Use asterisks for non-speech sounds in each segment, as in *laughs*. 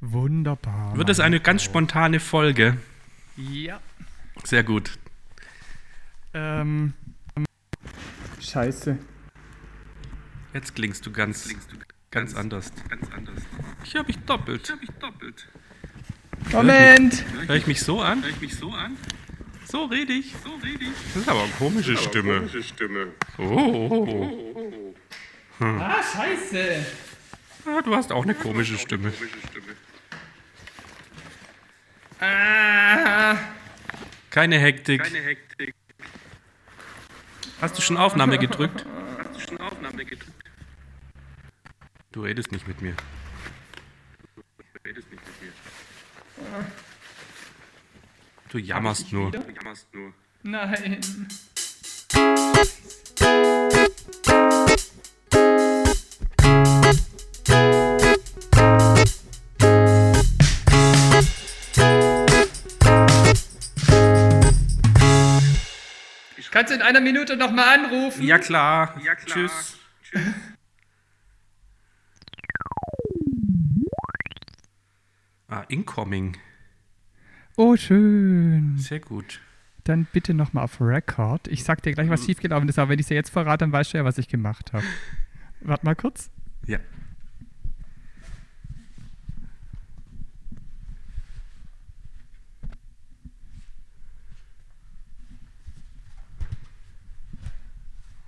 Wunderbar. Wird das eine ganz spontane Folge? Ja. Sehr gut. Ähm, Scheiße. Jetzt klingst du ganz, ganz, anders. Ich höre mich doppelt. Moment! Höre ich mich so an? So rede ich. Das ist aber eine komische Stimme. Oh, oh, oh. Ah, scheiße! Ja, du hast auch eine komische Stimme. Ah. Keine Hektik. Hast du schon Aufnahme gedrückt? Du redest nicht mit mir. Du jammerst nur. Nein. Kannst du in einer Minute nochmal anrufen? Ja klar. Tschüss. Ah, incoming. Oh, schön. Sehr gut. Dann bitte nochmal auf Record. Ich sag dir gleich, was schiefgelaufen ist, aber wenn ich dir jetzt verrate, dann weißt du ja, was ich gemacht habe. *laughs* Warte mal kurz. Ja.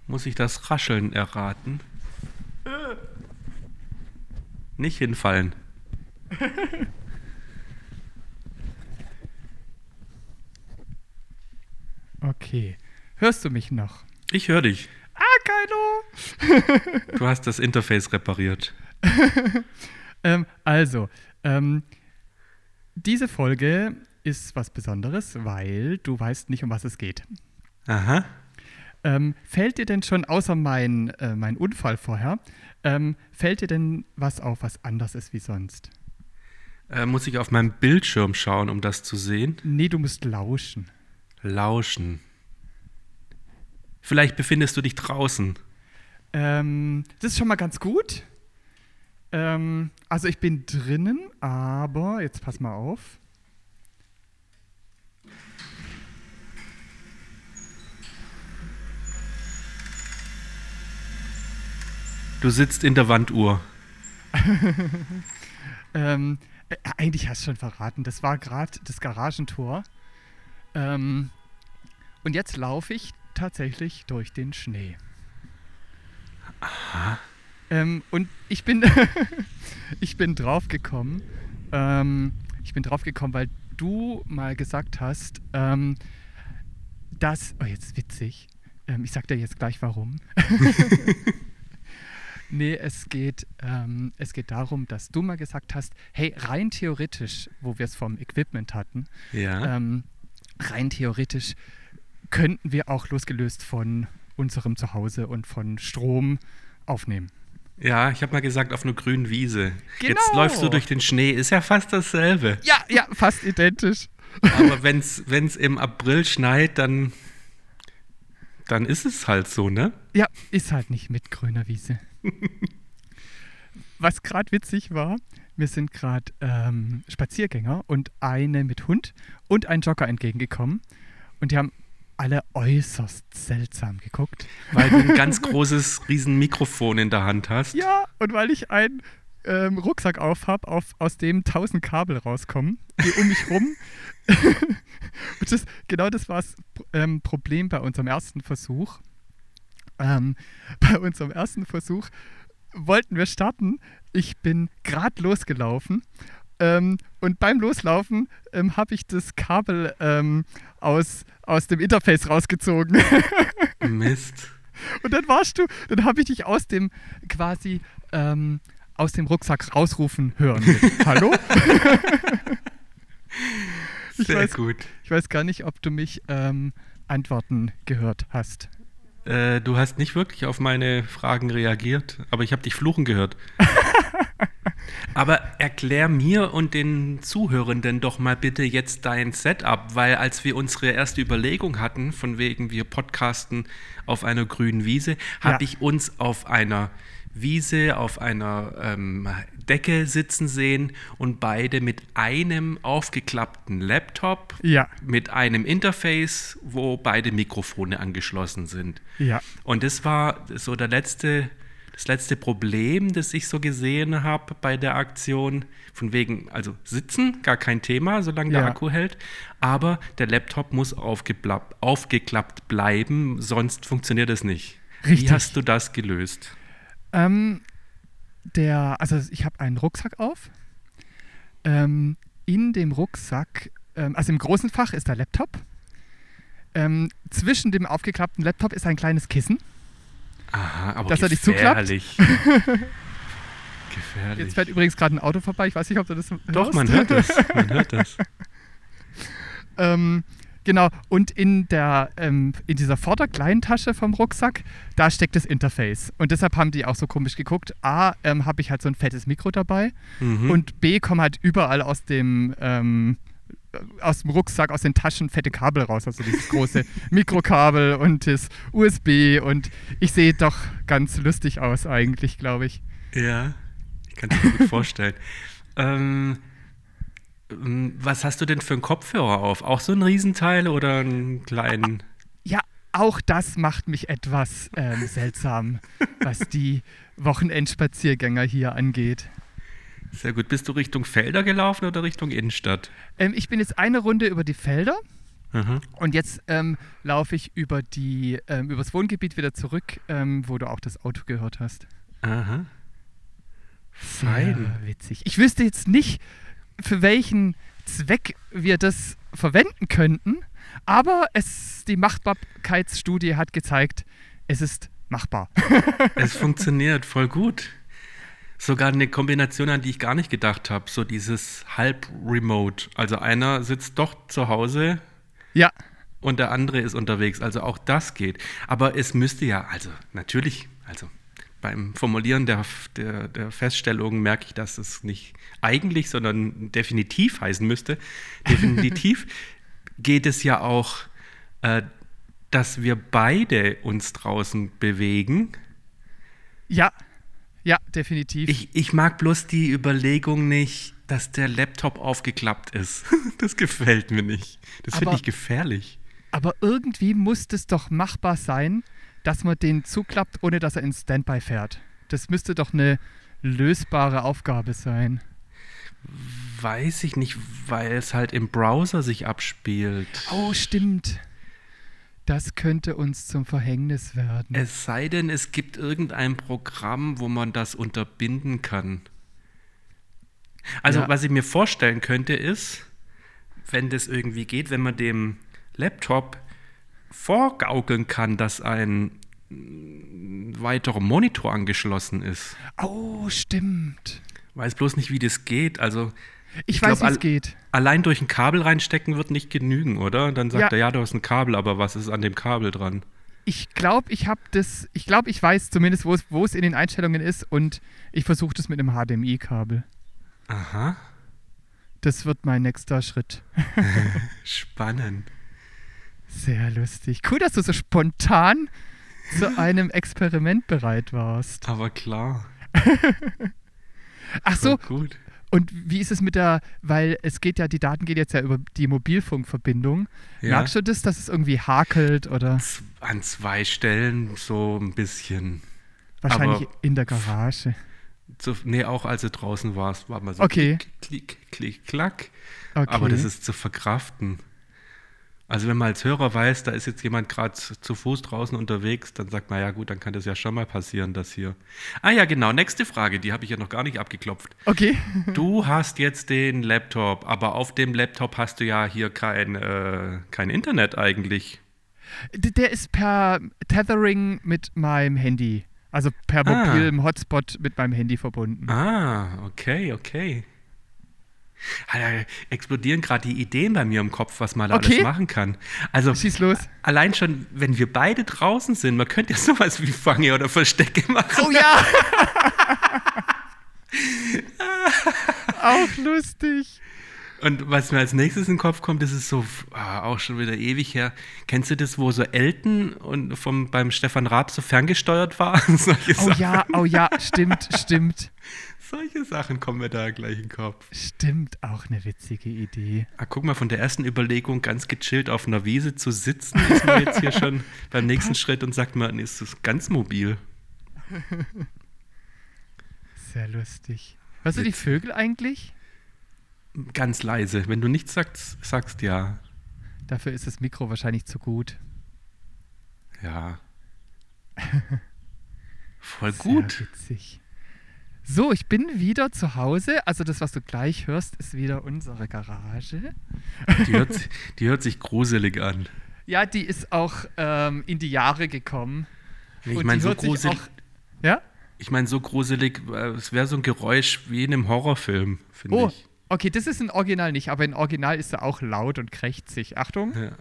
Muss ich das Rascheln erraten? Nicht hinfallen. Okay. Hörst du mich noch? Ich höre dich. Ah, geilo! Du hast das Interface repariert. Ähm, also, ähm, diese Folge ist was Besonderes, weil du weißt nicht, um was es geht. Aha. Ähm, fällt dir denn schon, außer mein, äh, mein Unfall vorher, ähm, fällt dir denn was auf, was anders ist wie sonst? Äh, muss ich auf meinem Bildschirm schauen, um das zu sehen? Nee, du musst lauschen. Lauschen. Vielleicht befindest du dich draußen. Ähm, das ist schon mal ganz gut. Ähm, also ich bin drinnen, aber jetzt pass mal auf. Du sitzt in der Wanduhr. Ähm, äh, eigentlich hast du schon verraten, das war gerade das Garagentor. Ähm, und jetzt laufe ich tatsächlich durch den Schnee. Aha. Ähm, und ich bin, *laughs* ich bin draufgekommen, ähm, ich bin draufgekommen, weil du mal gesagt hast, ähm, dass, oh jetzt ist witzig, ähm, ich sag dir jetzt gleich warum. Nee, es geht, ähm, es geht darum, dass du mal gesagt hast, hey, rein theoretisch, wo wir es vom Equipment hatten, Ja. ähm, rein theoretisch könnten wir auch losgelöst von unserem Zuhause und von Strom aufnehmen. Ja, ich habe mal gesagt, auf einer grünen Wiese. Jetzt Genau. läufst du durch den Schnee, ist ja fast dasselbe. Ja, ja, *laughs* fast identisch. Aber wenn's, wenn's im April schneit, dann, dann ist es halt so, ne? Ja, ist halt nicht mit grüner Wiese. Was gerade witzig war, wir sind gerade ähm, Spaziergänger und eine mit Hund und ein Jogger entgegengekommen. Und die haben alle äußerst seltsam geguckt. Weil du *laughs* ein ganz großes, riesen Mikrofon in der Hand hast. Ja, und weil ich einen ähm, Rucksack auf habe, auf, aus dem 1000 Kabel rauskommen, die um mich rum. *laughs* und das, genau das war das ähm, Problem bei unserem ersten Versuch. Ähm, *laughs* bei unserem ersten Versuch wollten wir starten. Ich bin gerade losgelaufen. Ähm, und beim Loslaufen ähm, habe ich das Kabel ähm, aus, aus dem Interface rausgezogen. Mist. Und dann warst du, dann habe ich dich aus dem quasi ähm, aus dem Rucksack rausrufen hören. Mit, Hallo? Sehr weiß- gut. Ich weiß gar nicht, ob du mich ähm, antworten gehört hast. Äh, du hast nicht wirklich auf meine Fragen reagiert, aber ich habe dich fluchen gehört. aber erklär mir und den Zuhörenden doch mal bitte jetzt dein Setup, weil als wir unsere erste Überlegung hatten, von wegen wir podcasten auf einer grünen Wiese, habe Ja. ich uns auf einer Wiese auf einer ähm, Decke sitzen sehen und beide mit einem aufgeklappten Laptop, Ja. mit einem Interface, wo beide Mikrofone angeschlossen sind. Ja. Und das war so der letzte, das letzte Problem, das ich so gesehen habe bei der Aktion. Von wegen, also sitzen, gar kein Thema, solange der Ja. Akku hält. Aber der Laptop muss aufgeklappt, aufgeklappt bleiben, sonst funktioniert es nicht. Richtig. Wie hast du das gelöst? Ähm, der, also ich habe einen Rucksack auf. Ähm, in dem Rucksack, ähm, also im großen Fach ist der Laptop. Ähm, zwischen dem aufgeklappten Laptop ist ein kleines Kissen. Aha, aber Dass er nicht zuklappt? *laughs* gefährlich. gefährlich. Jetzt fährt übrigens gerade ein Auto vorbei. Ich weiß nicht, ob du das Doch, hörst. man hört es. Man hört es. Ähm, genau. Und in der, ähm, in dieser vorderkleinen Tasche vom Rucksack, da steckt das Interface. Und deshalb haben die auch so komisch geguckt. A, ähm, habe ich halt so ein fettes Mikro dabei. Mhm. Und B, kommen halt überall aus dem, ähm, aus dem Rucksack, aus den Taschen fette Kabel raus. Also dieses große Mikrokabel und das USB. Und ich sehe doch ganz lustig aus eigentlich, glaube ich. Ja, ich kann es mir gut *laughs* vorstellen. ähm, ähm, was hast du denn für einen Kopfhörer auf? Auch so einen Riesenteil oder einen kleinen? Ja, auch das macht mich etwas ähm, seltsam, was die Wochenendspaziergänger hier angeht. Sehr gut. Bist du Richtung Felder gelaufen oder Richtung Innenstadt? Ähm, ich bin jetzt eine Runde über die Felder Mhm. und jetzt ähm, laufe ich über die, ähm, übers Wohngebiet wieder zurück, ähm, wo du auch das Auto gehört hast. Aha. Fein. Sehr witzig. Ich wüsste jetzt nicht, für welchen Zweck wir das verwenden könnten, aber es, die Machbarkeitsstudie hat gezeigt, es ist machbar. Es funktioniert voll gut. Sogar eine Kombination, an die ich gar nicht gedacht habe. So dieses Halb-Remote. Also einer sitzt doch zu Hause ja, und der andere ist unterwegs. Also auch das geht. Aber es müsste ja, also natürlich, also beim Formulieren der, der, der Feststellungen merke ich, dass es nicht eigentlich, sondern definitiv heißen müsste. Definitiv geht es ja auch, äh, dass wir beide uns draußen bewegen. ja, ja, definitiv. Ich, ich mag bloß die Überlegung nicht, dass der Laptop aufgeklappt ist. *laughs* Das gefällt mir nicht. Das finde Aber- ich gefährlich. Aber irgendwie muss es doch machbar sein, dass man den zuklappt, ohne dass er in Standby fährt. Das müsste doch eine lösbare Aufgabe sein. Weiß ich nicht, weil es halt im Browser sich abspielt. Oh, stimmt. Das könnte uns zum Verhängnis werden. Es sei denn, es gibt irgendein Programm, wo man das unterbinden kann. Also, Ja. was ich mir vorstellen könnte, ist, wenn das irgendwie geht, wenn man dem Laptop vorgaukeln kann, dass ein mm, weiterer Monitor angeschlossen ist. oh, stimmt. Weiß bloß nicht, wie das geht. Also, Ich, Ich weiß, glaub, wie es all- geht. allein durch ein Kabel reinstecken wird nicht genügen, oder? Dann sagt Ja. er, ja, du hast ein Kabel, aber was ist an dem Kabel dran? Ich glaube, ich habe das. Ich glaube, ich weiß zumindest, wo es- wo es in den Einstellungen ist und ich versuche das mit einem HDMI-Kabel. Aha. Das wird mein nächster Schritt. Spannend. Sehr lustig. Cool, dass du so spontan zu einem Experiment bereit warst. Aber klar. Ach so, Gut. und wie ist es mit der, weil es geht ja, die Daten gehen jetzt ja über die Mobilfunkverbindung. Ja. Merkst du das, dass es irgendwie hakelt oder Z- An zwei Stellen so ein bisschen. wahrscheinlich in der Garage? Zu, nee, auch als du draußen warst, war mal so Okay. klick, klick, klick, klack. Okay. Aber das ist zu verkraften. Also wenn man als Hörer weiß, da ist jetzt jemand gerade zu zu Fuß draußen unterwegs, dann sagt man, ja gut, dann kann das ja schon mal passieren, das hier. Ah ja, genau, nächste Frage, die habe ich ja noch gar nicht abgeklopft. okay. Du hast jetzt den Laptop, aber auf dem Laptop hast du ja hier kein, äh, kein Internet eigentlich. D- Der ist per Tethering mit meinem Handy, also per Ah. mobilem Hotspot mit meinem Handy verbunden. Ah, okay, okay. Ah, Da explodieren gerade die Ideen bei mir im Kopf, was man da Okay. alles machen kann. Also Schieß los. allein schon, wenn wir beide draußen sind, man könnte ja *laughs* sowas wie Fange oder Verstecke machen. Oh *laughs* ja! Auch lustig. Und was mir als nächstes in den Kopf kommt, das ist so ah, auch schon wieder ewig her. Kennst du das, wo so Elton und vom, beim Stefan Raab so ferngesteuert war? *laughs* Solche Oh Sachen. ja, oh *laughs* ja, stimmt, stimmt. Solche Sachen kommen mir da gleich in den Kopf. Stimmt, auch eine witzige Idee. Ah, guck mal, von der ersten Überlegung ganz gechillt auf einer Wiese zu sitzen, ist man jetzt *laughs* hier schon beim nächsten Schritt und sagt man, ist das ganz mobil. Sehr lustig. Hörst du die Vögel eigentlich? Ganz leise. Wenn du nichts sagst, sagst ja. Dafür ist das Mikro wahrscheinlich zu gut. *laughs* Ja. Voll Sehr gut. witzig. So, ich bin wieder zu Hause. Also das, was du gleich hörst, ist wieder unsere Garage. Die hört, si- die hört sich gruselig an. Ja, die ist auch ähm, in die Jahre gekommen. Ich Und meine, die so hört sich gruselig. auch- Ja? Ich meine, so gruselig, äh, es wäre so ein Geräusch wie in einem Horrorfilm, finde Oh, ich. okay, das ist im Original nicht, aber im Original ist er auch laut und krächzig. Achtung. Ja.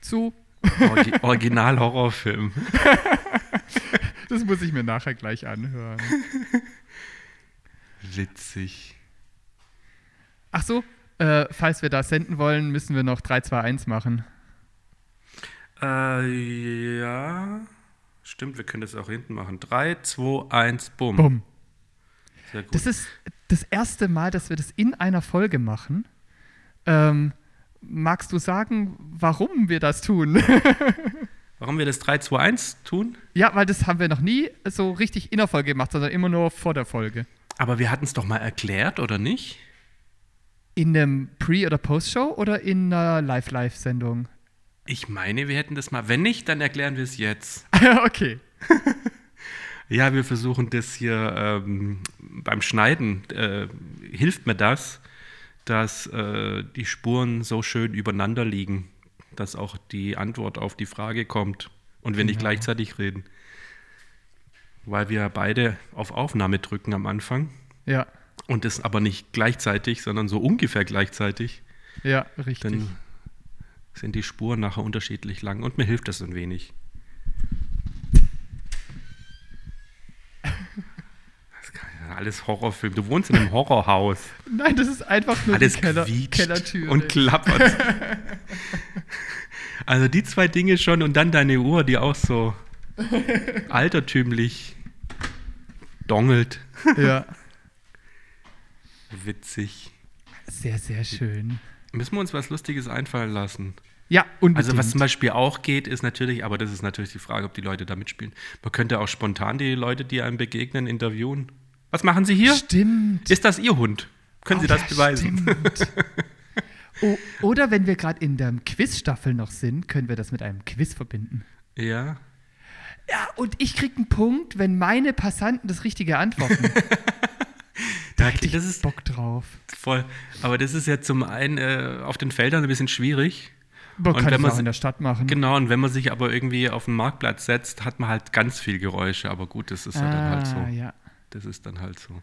Zu. Orgi Original Horrorfilm. Das muss ich mir nachher gleich anhören. Witzig. Ach so, äh, falls wir da senden wollen, müssen wir noch 321 machen. Äh, ja. Stimmt, wir können das auch hinten machen. 3, 2, 1, bumm. Bumm. Sehr gut. Das ist das erste Mal, dass wir das in einer Folge machen. Ähm, magst du sagen, warum wir das tun? *laughs* Warum wir das 3, 2, 1 tun? ja, weil das haben wir noch nie so richtig in der Folge gemacht, sondern immer nur vor der Folge. Aber wir hatten es doch mal erklärt, oder nicht? In einem Pre- oder Post-Show oder in einer Live-Live-Sendung? *laughs* Ich meine, wir hätten das mal. Wenn nicht, dann erklären wir es jetzt. okay. Ja, wir versuchen das hier ähm, beim Schneiden. Äh, hilft mir das, dass äh, die Spuren so schön übereinander liegen, dass auch die Antwort auf die Frage kommt und wir nicht Genau. gleichzeitig reden. Weil wir beide auf Aufnahme drücken am Anfang Ja, und das aber nicht gleichzeitig, sondern so ungefähr gleichzeitig, ja, richtig. dann sind die Spuren nachher unterschiedlich lang und mir hilft das ein wenig. Das kann ja alles Horrorfilm. Du wohnst in einem Horrorhaus. Nein, das ist einfach *laughs* nur Alles die Keller quietscht Kellertür. und *laughs* klappert. also die zwei Dinge schon und dann deine Uhr, die auch so altertümlich dongelt. ja, Witzig. sehr, sehr schön. Müssen wir uns was Lustiges einfallen lassen? Ja, unbedingt. Also was zum Beispiel auch geht, ist natürlich, aber das ist natürlich die Frage, ob die Leute da mitspielen. Man könnte auch spontan die Leute, die einem begegnen, interviewen. Was machen Sie hier? Stimmt. Ist das Ihr Hund? Können Sie Oh, das ja, beweisen? stimmt. O- oder wenn wir gerade in der Quiz-Staffel noch sind, können wir das mit einem Quiz verbinden. Ja. Ja, und ich krieg einen Punkt, wenn meine Passanten das Richtige *laughs* antworten. Da, Hätte ich das ist Bock drauf. voll. Aber das ist ja zum einen äh, auf den Feldern ein bisschen schwierig. Man Und kann wenn es man auch s- in der Stadt machen. Genau, und wenn man sich aber irgendwie auf den Marktplatz setzt, hat man halt ganz viel Geräusche. Aber gut, das ist ja dann halt Ah, so. ja. Das ist dann halt so.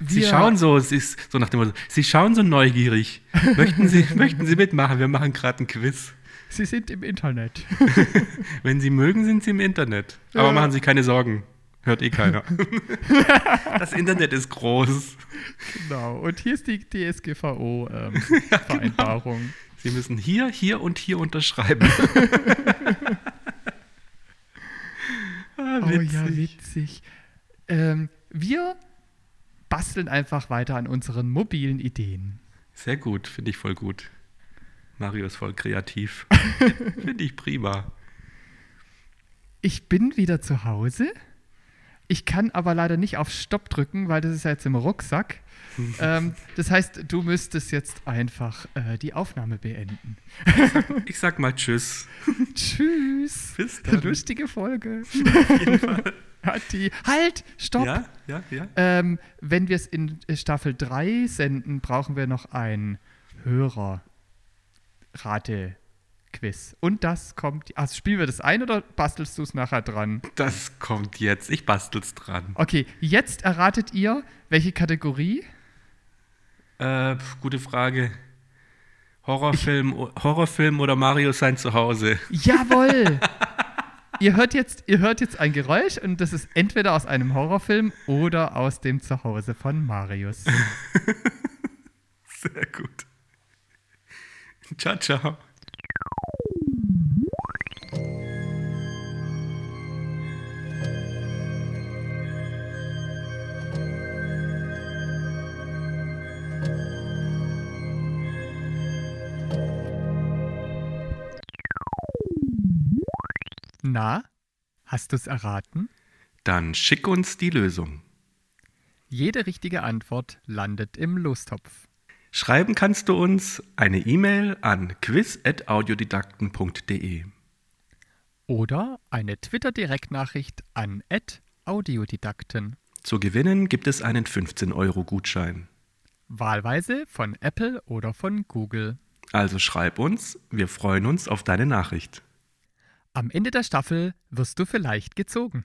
Sie Wir- schauen so, es ist so nach dem Motto, Sie schauen so neugierig. Möchten Sie, *laughs* möchten Sie mitmachen? Wir machen gerade ein Quiz. Sie sind im *laughs* Internet. Wenn Sie mögen, sind Sie im Internet. Aber Ja. machen Sie keine Sorgen. Hört eh keiner. *laughs* das Internet ist groß. genau. Und hier ist die ähm, *laughs* genau. DSGVO-Vereinbarung. Sie müssen hier, hier und hier *laughs* unterschreiben. ah, Oh ja, witzig. Ähm, wir basteln einfach weiter an unseren mobilen Ideen. Sehr gut, finde ich voll gut. Mario ist *laughs* voll kreativ. finde ich prima. Ich bin wieder zu Hause. Ich kann aber leider nicht auf Stopp drücken, weil das ist ja jetzt im *laughs* Rucksack. ähm, das heißt, du müsstest jetzt einfach äh, die Aufnahme *laughs* beenden. Ich sag mal Tschüss. Tschüss. Bis dann. Lustige Folge. *laughs* Auf jeden Fall. *laughs* Hat die. Halt! Stopp! Ja, ja, ja. Ähm, wenn wir es in äh, Staffel 3 senden, brauchen wir noch ein Hörer-Rate-Quiz. Und das kommt. Also spielen wir das ein oder bastelst du es nachher dran? Das kommt jetzt. Ich bastel's dran. Okay, jetzt erratet ihr, welche Kategorie? Äh, pf, gute Frage. Horrorfilm, Horrorfilm oder Mario sein Zuhause. *laughs* Jawohl! ihr, hört jetzt, ihr hört jetzt ein Geräusch und das ist entweder aus einem Horrorfilm oder aus dem Zuhause von Marius. Sehr gut. Ciao, ciao. Na, hast du es erraten? Dann schick uns die Lösung. Jede richtige Antwort landet im Lostopf. Schreiben kannst du uns eine E-Mail an quiz.audiodidakten.de oder eine Twitter-Direktnachricht an audiodidakten. Zu gewinnen gibt es einen 15-Euro-Gutschein. Wahlweise von Apple oder von Google. Also schreib uns, wir freuen uns auf deine Nachricht. Am Ende der Staffel wirst du vielleicht gezogen.